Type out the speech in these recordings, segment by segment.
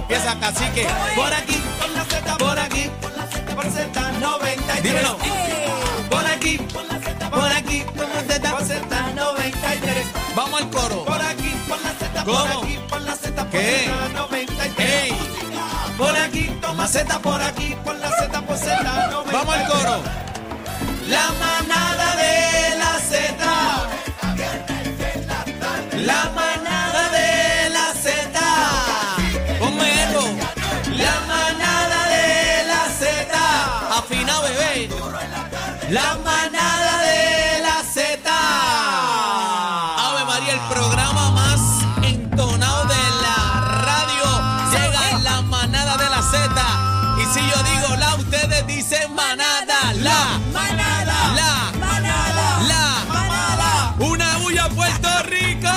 empieza cacique. Por aquí, por la Z, por aquí, por Z, 93. Dímelo. Por aquí, por la Z, por aquí, por la Z, por Z, 93. Vamos al coro. Por aquí, por la Z, por aquí, por la Z, por Z, 93. Por aquí, toma Z, por aquí, por la Z, por Z, 93. Vamos al coro. La manada de la Z. La manada de la Z. Ponme eco. La manada de la Z. Afina, bebé. La manada de la Z. Ave María, el programa más entonado de la radio. Llega la manada de la Z. Y si yo digo la, ustedes dicen manada. La. Manada, La. manada, La. manada. ¡Una bulla Puerto Rico!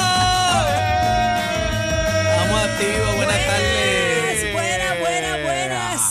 Estamos activos, buenas tardes. Buenas, buenas, buenas.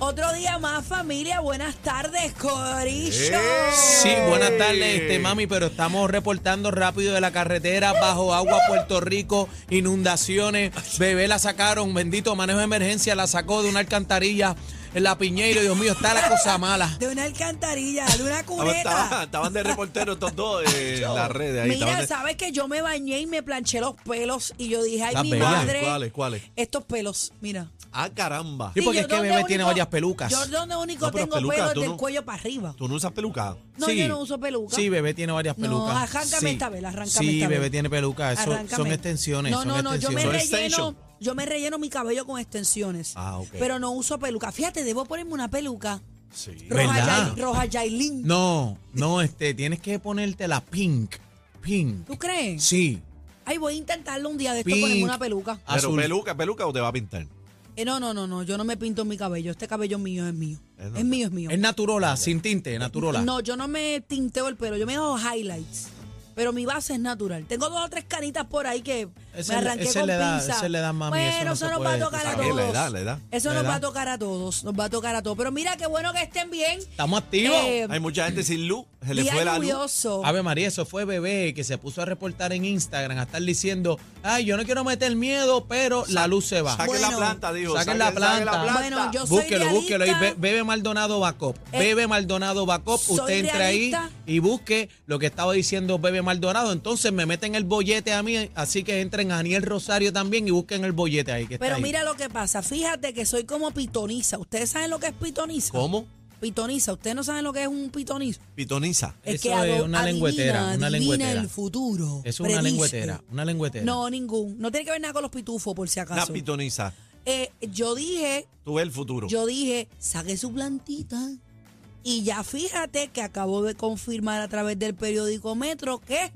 Otro día más, familia. Buenas tardes, Corillo. Sí, buenas tardes, este mami, pero estamos reportando rápido de la carretera, bajo agua, Puerto Rico, inundaciones. Bebé la sacaron, bendito manejo de emergencia, la sacó de una alcantarilla en la Piñeiro, Dios mío, está la cosa mala. De una alcantarilla, de una Ah, pues, Estaban, cuneta. estaban de reporteros estos dos eh, en las redes ahí. estaban Mira, de- sabes que yo me bañé y me planché los pelos y yo dije, ay, Las mi velas. madre. ¿Cuáles, cuáles? Estos pelos, mira. Ah, caramba. Sí, porque yo es que donde bebé tiene varias pelucas. Yo donde único No, pero tengo peluca, pelos tú del no- cuello para arriba. ¿Tú no usas peluca? No, yo no uso peluca. Sí, bebé tiene varias No, pelucas. arráncame Sí. esta vela, arráncame Sí, esta bebé vela. tiene pelucas, eso- son Arráncame. extensiones. No, son no, no, yo extensiones. me, Son relleno, extension. yo me relleno mi cabello con extensiones. Ah, ok. Pero no uso peluca. Fíjate, debo ponerme una peluca. Sí. Roja, ¿Verdad? Yail- roja Yailin. No, no, este, tienes que ponerte la pink. Pink. ¿Tú crees? Sí. Ay, voy a intentarlo un día de esto, Pink. ponerme una peluca. Pero Azul. peluca, peluca o te va a pintar. Eh, no, no, no, no, yo no me pinto mi cabello. Este cabello mío es mío. Eh, Es Es mío, es mío. Es naturola, sin tinte, naturola. No, yo no me tinteo el pelo, yo me hago highlights. Pero mi base es natural. Tengo dos o tres canitas por ahí que Ese me le- arranqué ese con le da- pinza. ese le da, mami, bueno, eso eso, no se nos va a puede, tocar tú a sabes. todos. Le da, le da, Eso le nos da. va a tocar a todos, nos va a tocar a todos. Pero mira qué bueno que estén bien. Estamos activos. Eh, oh. Hay mucha gente sin luz, se le Día fue la luz. lluvioso. Ave María, eso fue bebé que se puso a reportar en Instagram, a estar diciendo, ay, yo no quiero meter miedo, pero la luz se va. Saquen la Bueno. planta, dijo. Saquen la planta. Bueno, yo soy Búsquelo, búsquelo. ahí, realista. Be- Bebe Maldonado Bacop. Eh, Bebe Maldonado Bacop. soy Usted entra ahí realista. y busque lo que estaba diciendo Bebe Maldonado. Entonces me meten el bollete a mí. Así que entren a Daniel Rosario también y busquen el bollete ahí. Que está Pero ahí. mira lo que pasa. Fíjate que soy como pitoniza. ¿Ustedes saben lo que es pitoniza? ¿Cómo? Pitoniza. ¿Ustedes no saben lo que es un pitoniza? Pitoniza. Es Eso que es ado- una lengüetera, adivina, una adivina lengüetera. el futuro. Eso es una predice. lengüetera. Una lengüetera. No, ningún. No tiene que ver nada con los pitufos, por si Una acaso. pitoniza. Eh, yo dije, Tú ves el futuro. yo dije, saque su plantita. Y ya fíjate que acabo de confirmar a través del periódico Metro que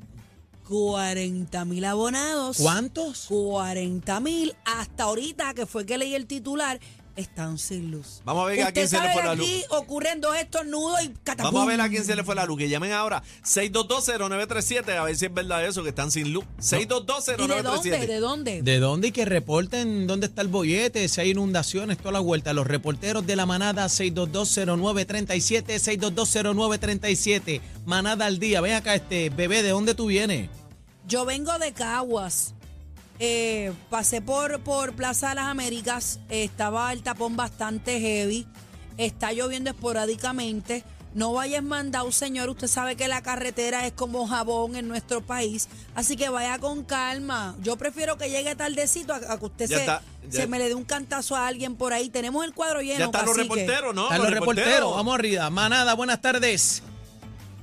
40 mil abonados. ¿Cuántos? 40 mil hasta ahorita que fue que leí el titular están sin luz. Vamos a ver a Usted quién se le sabe fue que la aquí ocurren dos estornudos y catapum. Vamos a ver a quién se le fue la luz. Que llamen ahora 6220937 a ver si es verdad eso, que están sin luz. ¿Y de dónde? 6220937. ¿De dónde? ¿De dónde? Y que reporten dónde está el bollete, si hay inundaciones, toda la vuelta. Los reporteros de la manada 6220937, 6220937. Manada al día. Ven acá, este bebé, ¿de dónde tú vienes? Yo vengo de Caguas. Eh, pasé por, por Plaza de las Américas. eh, estaba el tapón bastante heavy. Está lloviendo esporádicamente. No vayas mandado, señor. Usted sabe que la carretera es como jabón en nuestro país. Así que vaya con calma. Yo prefiero que llegue tardecito a, a que usted Ya se, está, ya- se me le dé un cantazo a alguien por ahí. Tenemos el cuadro lleno. Ya están los cacique. reporteros, ¿no? Están los reporteros. Vamos arriba. Manada, buenas tardes.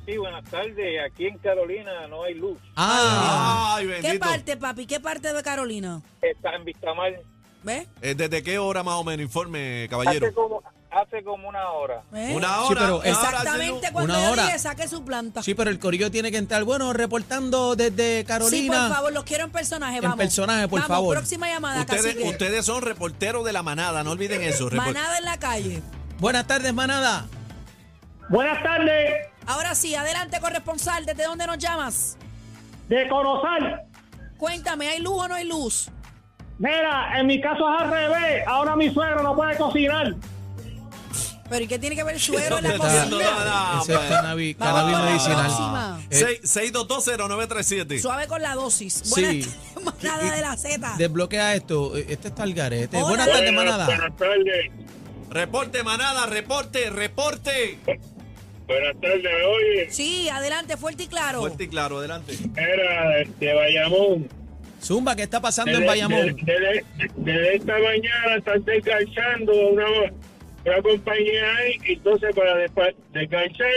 Sí, buenas tardes. Aquí en Carolina no hay luz. Ah, Ay, ¿Qué bendito. parte, papi? ¿Qué parte de Carolina? Está en Vistamar. ¿Ves? Eh, ¿Desde qué hora más o menos informe, caballero? Hace como, hace como una hora. ¿Ves? Una Sí, hora. pero una hora sin Exactamente luz. cuando Una yo hora. dije, saque su planta. sí, pero el corillo tiene que entrar. Bueno, reportando desde Carolina. Sí, por favor, los quiero en personaje, En vamos. personaje, por Vamos, favor. próxima llamada, Ustedes, cacique. ustedes son reporteros de la manada, no olviden eso. repor- Manada en la calle. Buenas tardes, manada. Buenas tardes, Ahora sí, adelante, corresponsal, ¿desde dónde nos llamas? de Corozal. Cuéntame, ¿hay luz o no hay luz? Mira, en mi caso es al revés. Ahora mi suegro no puede cocinar. Pero ¿y qué tiene que ver el suero en No la está haciendo cocina? nada, Ese es hombre. cannabis, Vamos cannabis con la medicinal. próxima. Eh, Seis- 6220937. Suave con la dosis. Sí. Buenas, manada de la Z. Desbloquea esto. Este está el garete. Ah. Hola. Buenas tardes, manada. Buenas tardes. Reporte, manada, reporte, reporte. Buenas tardes. Oye, Sí, adelante, fuerte y claro. Fuerte y claro, adelante. era de este, Bayamón. Zumba, ¿qué está pasando en Bayamón? Desde, desde esta mañana están desganchando una, una compañía ahí, entonces para despa- desganchar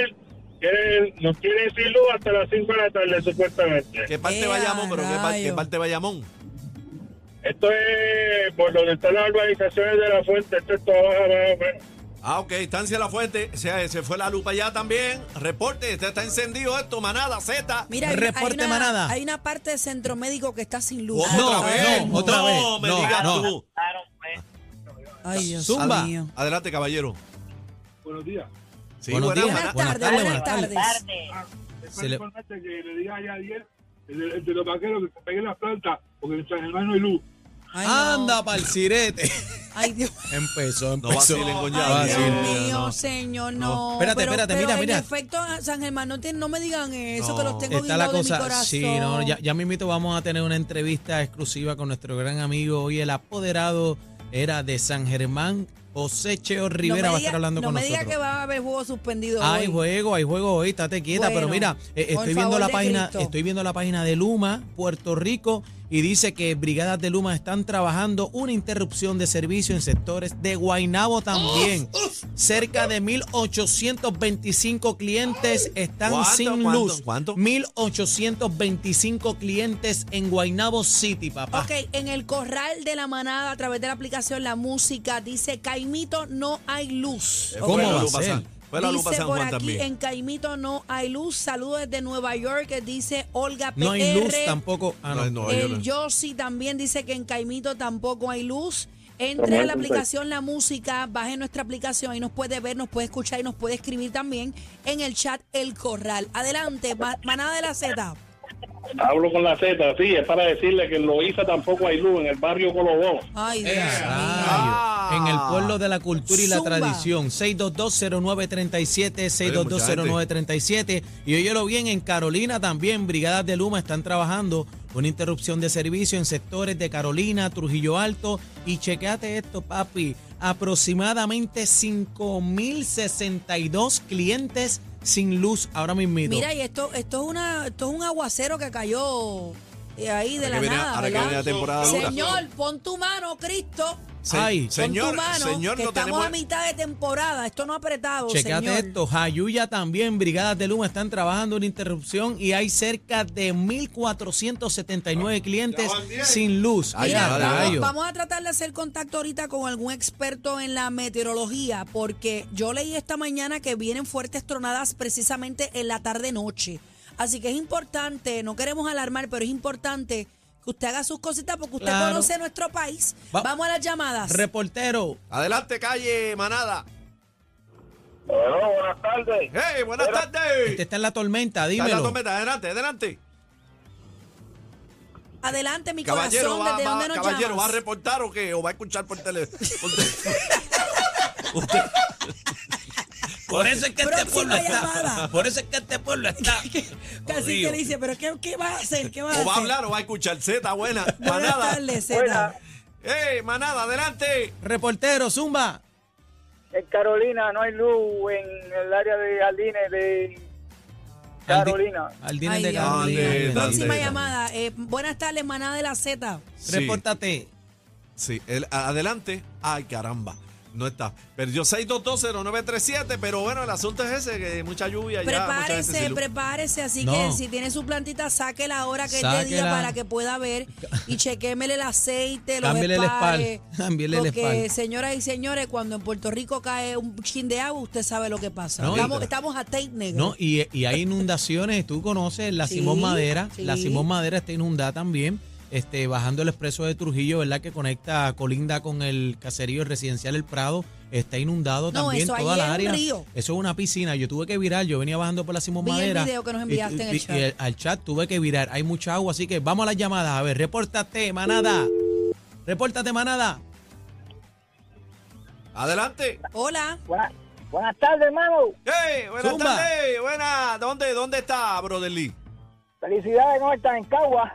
quieren- nos quieren sin luz hasta las 5 de la tarde, supuestamente. ¿Qué parte Ea, Bayamón, pero qué parte, qué Eh, rayo. parte Bayamón? Esto es por donde están las urbanizaciones de la fuente, esto es todo abajo, abajo, abajo. Ah, ok, estancia La Fuente. Se, se fue la lupa allá también. Reporte, está, está encendido esto, manada, Z. Mira, hay- Reporte, hay una, manada. Hay una parte del centro médico que está sin luz. Otra No, vez. no, otra vez. No, me No, digas no. tú. Ay, Dios Zumba. mío. Adelante, caballero. Buenos días. Sí, Buenos buena días. manada. Buenas tardes, tardes, buenas buenas tardes. Se le- informarte que le dije allá ayer, el, de- el de los vaqueros que se peguen las plantas, porque en San Germán no hay luz. Ay, no. Anda pa'l sirete. Ay, Dios. Empezó, No empezó. vacilen, Ah, Ay, Goñado. sí, Dios no, mío, No. señor, no. No. Espérate, espérate, mira, en mira. efecto, ah, San Germán, no, te- no me digan eso, que los tengo Está la guindados de mi cosa. corazón. Sí, no, ya, ya mismito vamos a tener una entrevista exclusiva con nuestro gran amigo. Hoy el apoderado era de San Germán, José Cheo Rivera no me va a diga- estar hablando no con me nosotros. diga que va a haber juego suspendido Hay hoy. juego, hay juego hoy, estate quieta, pero mira, Bueno, eh, por estoy favor viendo la de página, Cristo. estoy viendo la página de Luma, Puerto Rico, y dice que brigadas de Luma están trabajando una interrupción de servicio en sectores de Guainabo también. Cerca de 1825 clientes están ¿Cuánto, sin cuánto, luz. cuánto? 1825 clientes en Guainabo City, papá. Ok, en el corral de la manada, a través de la aplicación La Música, dice Caimito no hay luz. Fue ¿Cómo la va a Lupa ser? San- Eh, Fue la Lupa dice San por Juan aquí también. en Caimito no hay luz. Saludos desde Nueva York, que dice Olga PR. No hay luz tampoco. Ah, no. No, no, Oh, yo no. El Yossi también dice que en Caimito tampoco hay luz. Entre a la aplicación La Música, baje nuestra aplicación y nos puede ver, nos puede escuchar y nos puede escribir también en el chat El Corral. Adelante, ma- manada de la Z. Hablo con la Z, sí, es para decirle que en Loíza tampoco hay luz, en el barrio Colobó. Ay, Dios Eh, mío. rayos. En el pueblo de la cultura y la Zumba. tradición. 6220937, 6220937. Y óyelo bien, en Carolina también, Brigadas de Luma están trabajando una interrupción de servicio en sectores de Carolina, Trujillo Alto. Y chequeate esto, papi. Aproximadamente 5.062 clientes sin luz ahora mismito. Mira, y esto, esto, es una, esto es un aguacero que cayó eh, ahí de Ahora que la viene- nada. ahora que ¿verdad? viene la temporada dura. Señor, pon tu mano, Cristo. Se- Ay. pon señor, tu mano, señor, que no estamos tenemos. a mitad de temporada. Esto no ha apretado, Chequeate señor. esto, Jayuya también, Brigadas de Luma están trabajando una interrupción y hay cerca de Ah, 1.479 clientes sin luz. Ay, Mira, ya, ya, ya. rayo. Vamos a tratar de hacer contacto ahorita con algún experto en la meteorología, porque yo leí esta mañana que vienen fuertes tronadas precisamente en la tarde-noche. Así que es importante, no queremos alarmar, pero es importante que usted haga sus cositas porque usted Claro. conoce nuestro país. Va- Vamos a las llamadas. Reportero, Adelante, calle, manada. Bueno, buenas tardes. ¡Hey, buenas este tardes! está en la tormenta, Está en la dímelo. tormenta, adelante, adelante. Adelante, mi Caballero, corazón, va, ¿desde va- dónde nos caballero ¿va a llamas? reportar o qué? ¿O va a escuchar por teléfono? Por, tel- Usted- Por eso es que este Próxima pueblo llamada. está. Por eso es que este pueblo está. Casi jodido. que le dice, pero ¿qué, qué vas a hacer? ¿Qué vas a ¿O va a hacer? hablar o va a escuchar? Z, buena. Buenas Manada. tardes, Zeta. ¡Hey, manada, adelante! Reportero, Zumba. En Carolina no hay luz en el área de Aldines de Carolina. Al dinero Ay, de Dios Carolina. mío. Aldines. Dale, Próxima dale. llamada. Eh, buenas tardes, manada de la Z. Sí. Repórtate. Sí, el, a- adelante. Ay, caramba. No está. Perdió 6220937, pero bueno, el asunto es ese, que mucha lluvia ya. mucha gente Prepárese, sin luz. prepárese. Así No. que si tiene su plantita, sáquela ahora que es de día Sáquela. para que pueda ver. Y chequémele el aceite, los Cámbiele el espal, espares. cámbiele el Porque, espal. señoras y señores, cuando en Puerto Rico cae un chin de agua, usted sabe lo que pasa. No, estamos, y- estamos a tape negro. No, y, y hay inundaciones, tú conoces la Sí, Simón Madera, la sí. Simón Madera está inundada también, este, bajando el expreso de Trujillo, ¿verdad? Que conecta Colinda con el caserío residencial El Prado, está inundado No, también eso toda ahí la es un área. río. Eso es una piscina, yo tuve que virar, yo venía bajando por la Simón Vi el Madera. video que nos y- enviaste y- en el y- chat. y al chat tuve que virar, hay mucha agua, así que vamos a las llamadas, a ver, repórtate, manada. Repórtate, manada. Adelante. Hola. Buena- buenas tardes, hermano. ¡Hey! Buenas Zumba. tardes. Buena. ¿Dónde, ¿Dónde está, Brother Lee? Felicidades, ¿cómo están? En Cagua.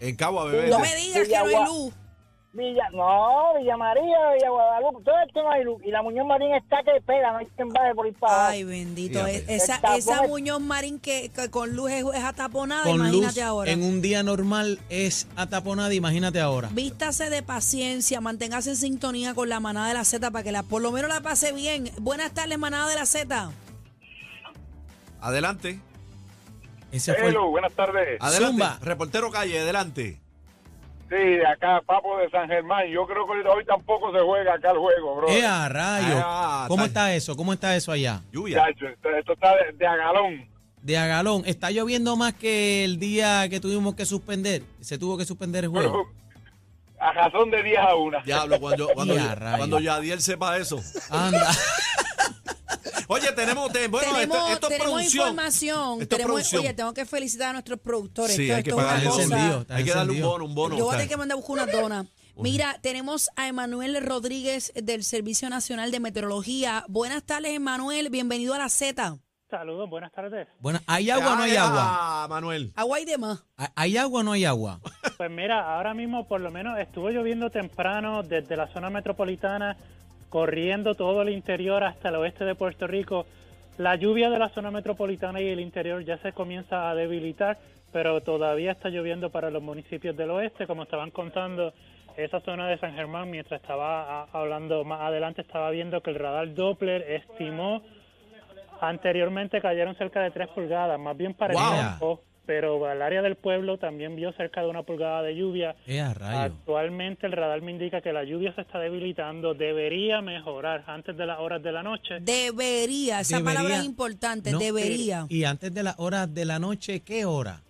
En Cagua, bebé. No me digas que no hay luz. Villa, no, Villa María, Villa Guadalupe, todo esto no hay luz. Y la Muñoz Marín está que pega, no hay quien baje por ir para Ay, bendito. Fíjate. es- Esa, El tapón esa es- Muñoz Marín que, que con luz es, es ataponada, Con Ah, imagínate luz ahora. en un día normal es ataponada, imagínate ahora. Vístase de paciencia, manténgase en sintonía con la manada de la Z para que la, por lo menos la pase bien. Buenas tardes, manada de la Z. Adelante. Ese fue Ah. el- buenas tardes. Adelante. Zumba. Reportero calle, adelante. Sí, de acá, Papo de San Germán. Yo creo que hoy tampoco se juega acá el juego, bro. ¡Eh, a rayo! Ah, ¿Cómo está- está eso? ¿Cómo está eso allá? Lluvia. Chacho, esto, esto está de, de agalón. De Agalón, está lloviendo más que el día que tuvimos que suspender. Se tuvo que suspender el juego. A razón de 10 a 1. Diablo, cuando, cuando, Ya, rayo. cuando Yadiel sepa eso. Anda. Oye, tenemos. te- bueno, tenemos esto, esto es tenemos producción. información. Esto es tenemos, producción. Oye, tengo que felicitar a nuestros productores. Sí, esto, hay que esto es una pagarle Está cosa- encendido, eso. está Hay que darle un encendido. bono, un bono. Yo voy a tener que mandar a buscar una dona. Mira, tenemos a Emanuel Rodríguez del Servicio Nacional de Meteorología. Buenas tardes, Emanuel. Bienvenido a la Z. Saludos, buenas tardes. Bueno, ¿hay agua o no hay Ah, agua? ah, Manuel. Agua y demás. ¿Hay agua o no hay agua? Pues mira, ahora mismo por lo menos estuvo lloviendo temprano desde la zona metropolitana, corriendo todo el interior hasta el oeste de Puerto Rico. La lluvia de la zona metropolitana y el interior ya se comienza a debilitar, pero todavía está lloviendo para los municipios del oeste, como estaban contando esa zona de San Germán mientras estaba ah, hablando más adelante, estaba viendo que el radar Doppler estimó Anteriormente cayeron cerca de 3 pulgadas, más bien para Wow. el campo, pero al área del pueblo también vio cerca de una pulgada de lluvia. ¡Eh, a rayo! Actualmente el radar me indica que la lluvia se está debilitando, debería mejorar antes de las horas de la noche. Debería. Esa Debería. palabra es importante. No, eh, debería. Y antes de las horas de la noche, ¿qué hora?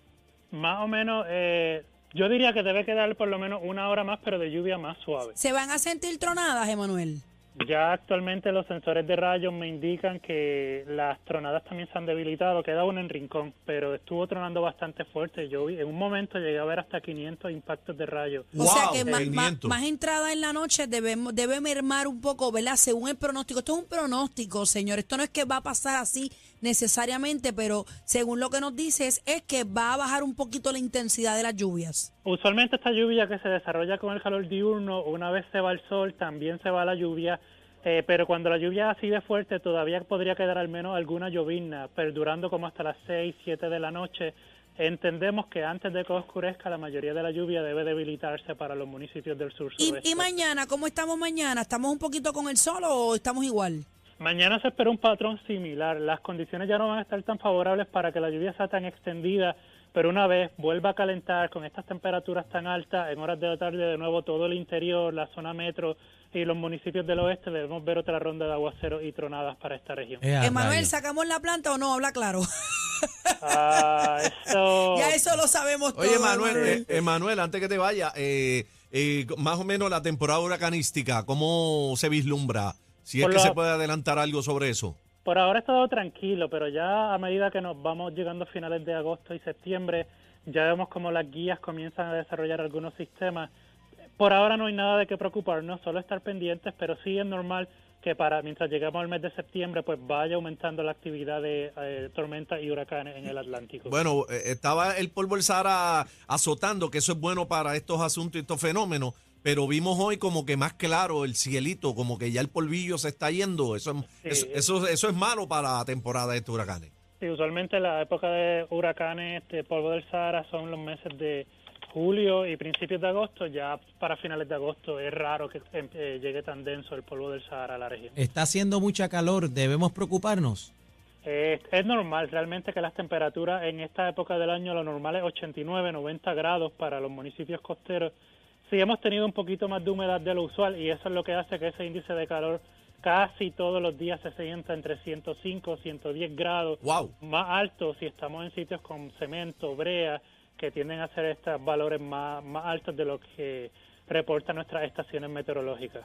Más o menos, eh, yo diría que debe quedar por lo menos una hora más, pero de lluvia más suave. ¿Se van a sentir tronadas, Emanuel? Ya actualmente los sensores de rayos me indican que las tronadas también se han debilitado, queda uno en rincón, pero estuvo tronando bastante fuerte. Yo vi- en un momento llegué a ver hasta 500 impactos de rayos. O sea Wow, que más, más- 500. más entrada en la noche debemos, debe mermar un poco, ¿verdad? Según el pronóstico. Esto es un pronóstico, señor. Esto no es que va a pasar así necesariamente, pero según lo que nos dices es que va a bajar un poquito la intensidad de las lluvias. Usualmente esta lluvia que se desarrolla con el calor diurno, una vez se va el sol, también se va la lluvia, eh, pero cuando la lluvia es así de fuerte todavía podría quedar al menos alguna llovizna, perdurando como hasta las 6, 7 de la noche. Entendemos que antes de que oscurezca la mayoría de la lluvia debe debilitarse para los municipios del sur. Y, este suroeste. y mañana, ¿cómo estamos mañana? ¿Estamos un poquito con el sol o estamos igual? Mañana se espera un patrón similar. Las condiciones ya no van a estar tan favorables para que la lluvia sea tan extendida, pero una vez vuelva a calentar con estas temperaturas tan altas, en horas de la tarde de nuevo todo el interior, la zona metro y los municipios del oeste debemos ver otra ronda de aguaceros y tronadas para esta región. ¡Eh, a Emanuel, rayo! ¿sacamos la planta o no? Habla claro. Ah, eso- ya eso lo sabemos todos. Oh. Oye, Manuel, eh, eh, Manuel, antes que te vaya, eh, eh, más o menos la temporada huracanística, ¿cómo se vislumbra? Si es Por que la- se puede adelantar algo sobre eso. Por ahora ha estado tranquilo, pero ya a medida que nos vamos llegando a finales de agosto y septiembre, ya vemos como las guías comienzan a desarrollar algunos sistemas. Por ahora no hay nada de qué preocuparnos, solo estar pendientes, pero sí es normal que para mientras llegamos al mes de septiembre, pues vaya aumentando la actividad de eh, tormentas y huracanes en el Atlántico. Bueno, eh, estaba el polvo del Sahara azotando, que eso es bueno para estos asuntos y estos fenómenos, pero vimos hoy como que más claro el cielito, como que ya el polvillo se está yendo. Eso, es- eso, Sí. eso, eso es malo para la temporada de estos huracanes. Sí, usualmente la época de huracanes de polvo del Sahara son los meses de julio y principios de agosto. Ya para finales de agosto es raro que em, eh, llegue tan denso el polvo del Sahara a la región. Está haciendo mucha calor, debemos preocuparnos. Eh, es normal realmente que las temperaturas en esta época del año, lo normal es 89, 90 grados para los municipios costeros. Sí hemos tenido un poquito más de humedad de lo usual y eso es lo que hace que ese índice de calor casi todos los días se sienta entre 105, 110 grados ¡Wow! más alto si estamos en sitios con cemento, brea, que tienden a ser estos valores más, más altos de lo que reportan nuestras estaciones meteorológicas.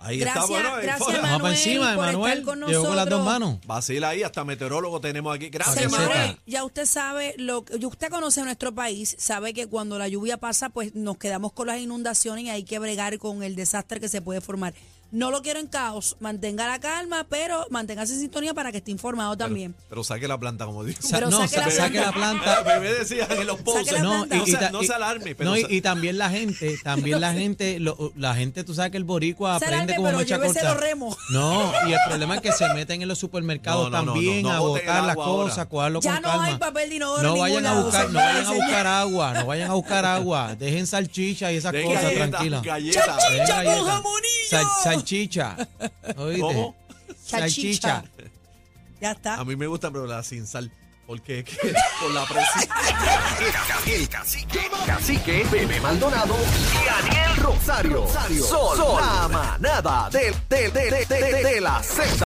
Ahí Gracias, está, bueno. eh, gracias, fue- Vamos Emanuel, para encima, por Emanuel. estar con Llegó con las dos nosotros. manos. Vacila ahí, hasta meteorólogo tenemos aquí. Gracias, que Manuel. Señores, sepa. ya usted sabe, lo que- usted conoce nuestro país, sabe que cuando la lluvia pasa, pues nos quedamos con las inundaciones y hay que bregar con el desastre que se puede formar. No lo quiero en caos. Mantenga la calma, pero manténgase en sintonía para que esté informado también. Pero, pero saque la planta, como dice. Pero no, saque la saque la planta. Me decían en los Saque la posts. planta. No, y- se, ta- no se alarme, pero no, y, sa- y también la gente, también la gente, lo- la gente, tú sabes que el boricua Se aprende alarme, como pero mecha llévese corta. los remos. No, y el problema es que se meten en los supermercados No, no, no, también no, no a boten el botar las agua ahora. cosas, cogerlo Ya con no calma. hay papel de inodoro no en ningún vayan a lado, buscar, no señoras y vayan a buscar agua, no vayan a buscar agua, dejen salchicha y esas de cosas galletas, tranquilas. galletas. Chachi. Salchicha Dejen con galletas. jamonillo. Sal- salchicha. ¿Oíste? ¿Cómo? Salchicha. Ya está. A mí me gustan, pero las sin sal. Porque es que con la presión. El cacique, cacique, Bebé Maldonado y Daniel Rosario. Sol, la manada de, de, de, de, de, de la Z.